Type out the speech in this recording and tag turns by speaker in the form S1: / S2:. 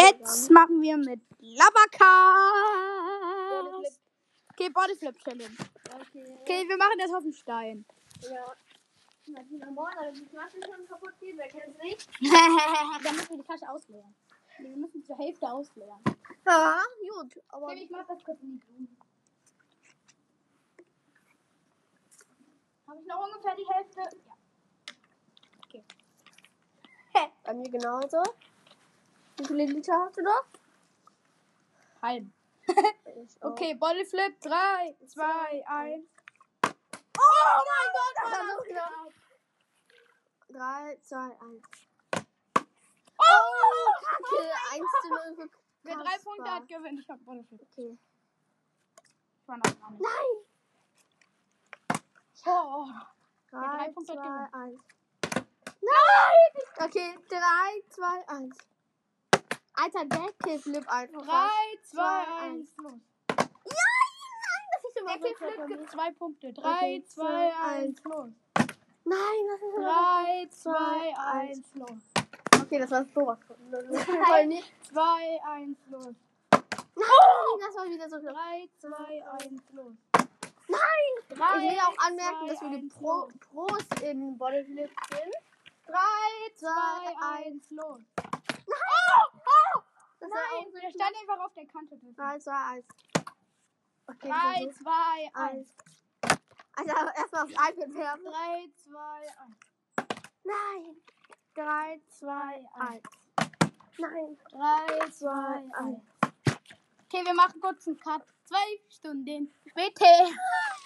S1: Jetzt machen wir mit Labaka.
S2: Bodyflip.
S1: Okay, Bodyflip Challenge.
S2: Okay.
S1: Okay, wir machen das auf dem Stein.
S2: Ja. Martina Mohr, da also die Flasche schon kaputt geht, wer kennt's nicht?
S1: ja,
S3: Dann müssen wir die Flasche ausleeren. Wir müssen zur Hälfte ausleeren.
S1: gut. Aber
S3: Okay, ich mach das kurz in die Blumen. Habe ich noch ungefähr die Hälfte? Ja.
S2: Bei mir genauso. Wie viele Liter hast du noch?
S1: halb.
S2: Ich auch.
S1: Okay, Bodyflip. 3, 2, 1. Oh mein Gott,
S2: Das
S1: war
S2: war so
S1: das knapp.
S2: Drei, zwei, eins.
S1: Oh,
S2: Okay, eins zu null für
S1: Wer drei
S2: Kasper.
S1: Punkte hat, gewinnt. Ich hab Bodyflip.
S2: Okay.
S1: Ich war noch dran.
S2: Nein!
S1: Oh, drei
S2: Drei,
S1: Punkte hat
S2: zwei,
S1: gewonnen.
S2: eins. Nein! Okay, drei, zwei, eins. Alter, Backflip einfach.
S1: 3, 2,
S2: zwei,
S1: 1. Los.
S2: Das ist immer so
S1: Backflip
S2: verwirrend.
S1: gibt 2 Punkte.
S2: Okay,
S1: 3, 2,
S2: zwei,
S1: 1. Los.
S2: Nein, das ist immer
S1: 3, 2,
S2: zwei,
S1: 1. Los.
S2: so. Okay, das war sowas. von- Voll nicht.
S1: 2, 1. Los.
S2: Nein, das war wieder so knapp.
S1: 3, 2, 1, los. Nein!
S2: Ich will auch anmerken, dass wir die Pro, Pros in Bodyflip sind.
S1: 3, 2,
S2: zwei,
S1: 1, los.
S2: Oh! Das war
S1: Nein, der stand einfach auf der Kante.
S2: Drei, zwei, eins. Okay,
S1: 3, 2, 1.
S2: eins. Also erstmal aufs iPad werfen.
S1: 3, 2, 1.
S2: Nein.
S1: 3, 2, 1.
S2: Eins. Nein.
S1: 3, 2,
S2: Zwei,
S1: 1.
S2: eins.
S1: Okay, wir machen kurz einen Cut. Zwei Stunden später.